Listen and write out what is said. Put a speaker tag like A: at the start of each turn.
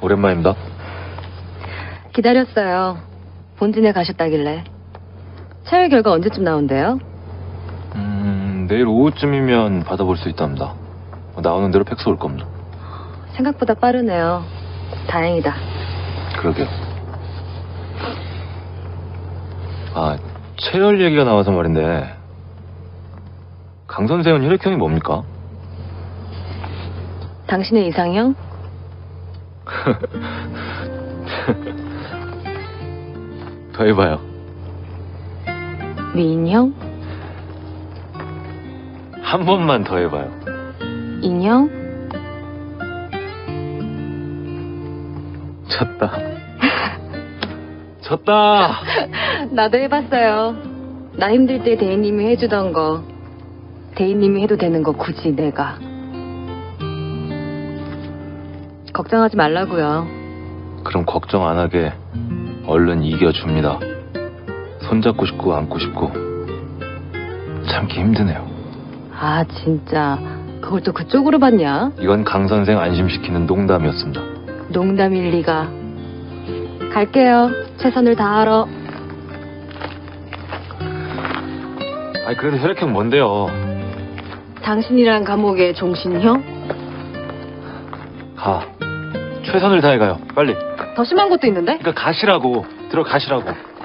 A: 오랜만입니다.
B: 기다렸어요. 본진에 가셨다길래. 차열 결과 언제쯤 나온대요?
A: 음, 내일 오후쯤이면 받아볼 수 있답니다. 뭐 나오는 대로 팩스 올 겁니다.
B: 생각보다 빠르네요. 다행이다.
A: 그러게요. 아, 채열 얘기가 나와서 말인데, 강 선생은 혈액형이 뭡니까?
B: 당신의 이상형?
A: 더 해봐요.
B: 미인형?
A: 한 번만 더 해봐요.
B: 인형?
A: 졌다. 졌다!
B: 나도 해봤어요. 나 힘들 때 대인님이 해주던 거. 대인님이 해도 되는 거 굳이 내가. 걱정하지 말라고요.
A: 그럼 걱정 안 하게 얼른 이겨줍니다. 손잡고 싶고 안고 싶고 참기 힘드네요.
B: 아, 진짜. 그걸 또 그쪽으로 봤냐?
A: 이건 강 선생 안심시키는 농담이었습니다.
B: 농담일 리가. 갈게요. 최선을 다하러.
A: 아니 그래도 혈액형 뭔데요?
B: 당신이란 감옥의 종신형?
A: 가. 최선을 다해 가요. 빨리.
B: 더 심한 것도 있는데?
A: 그러니까 가시라고. 들어가시라고.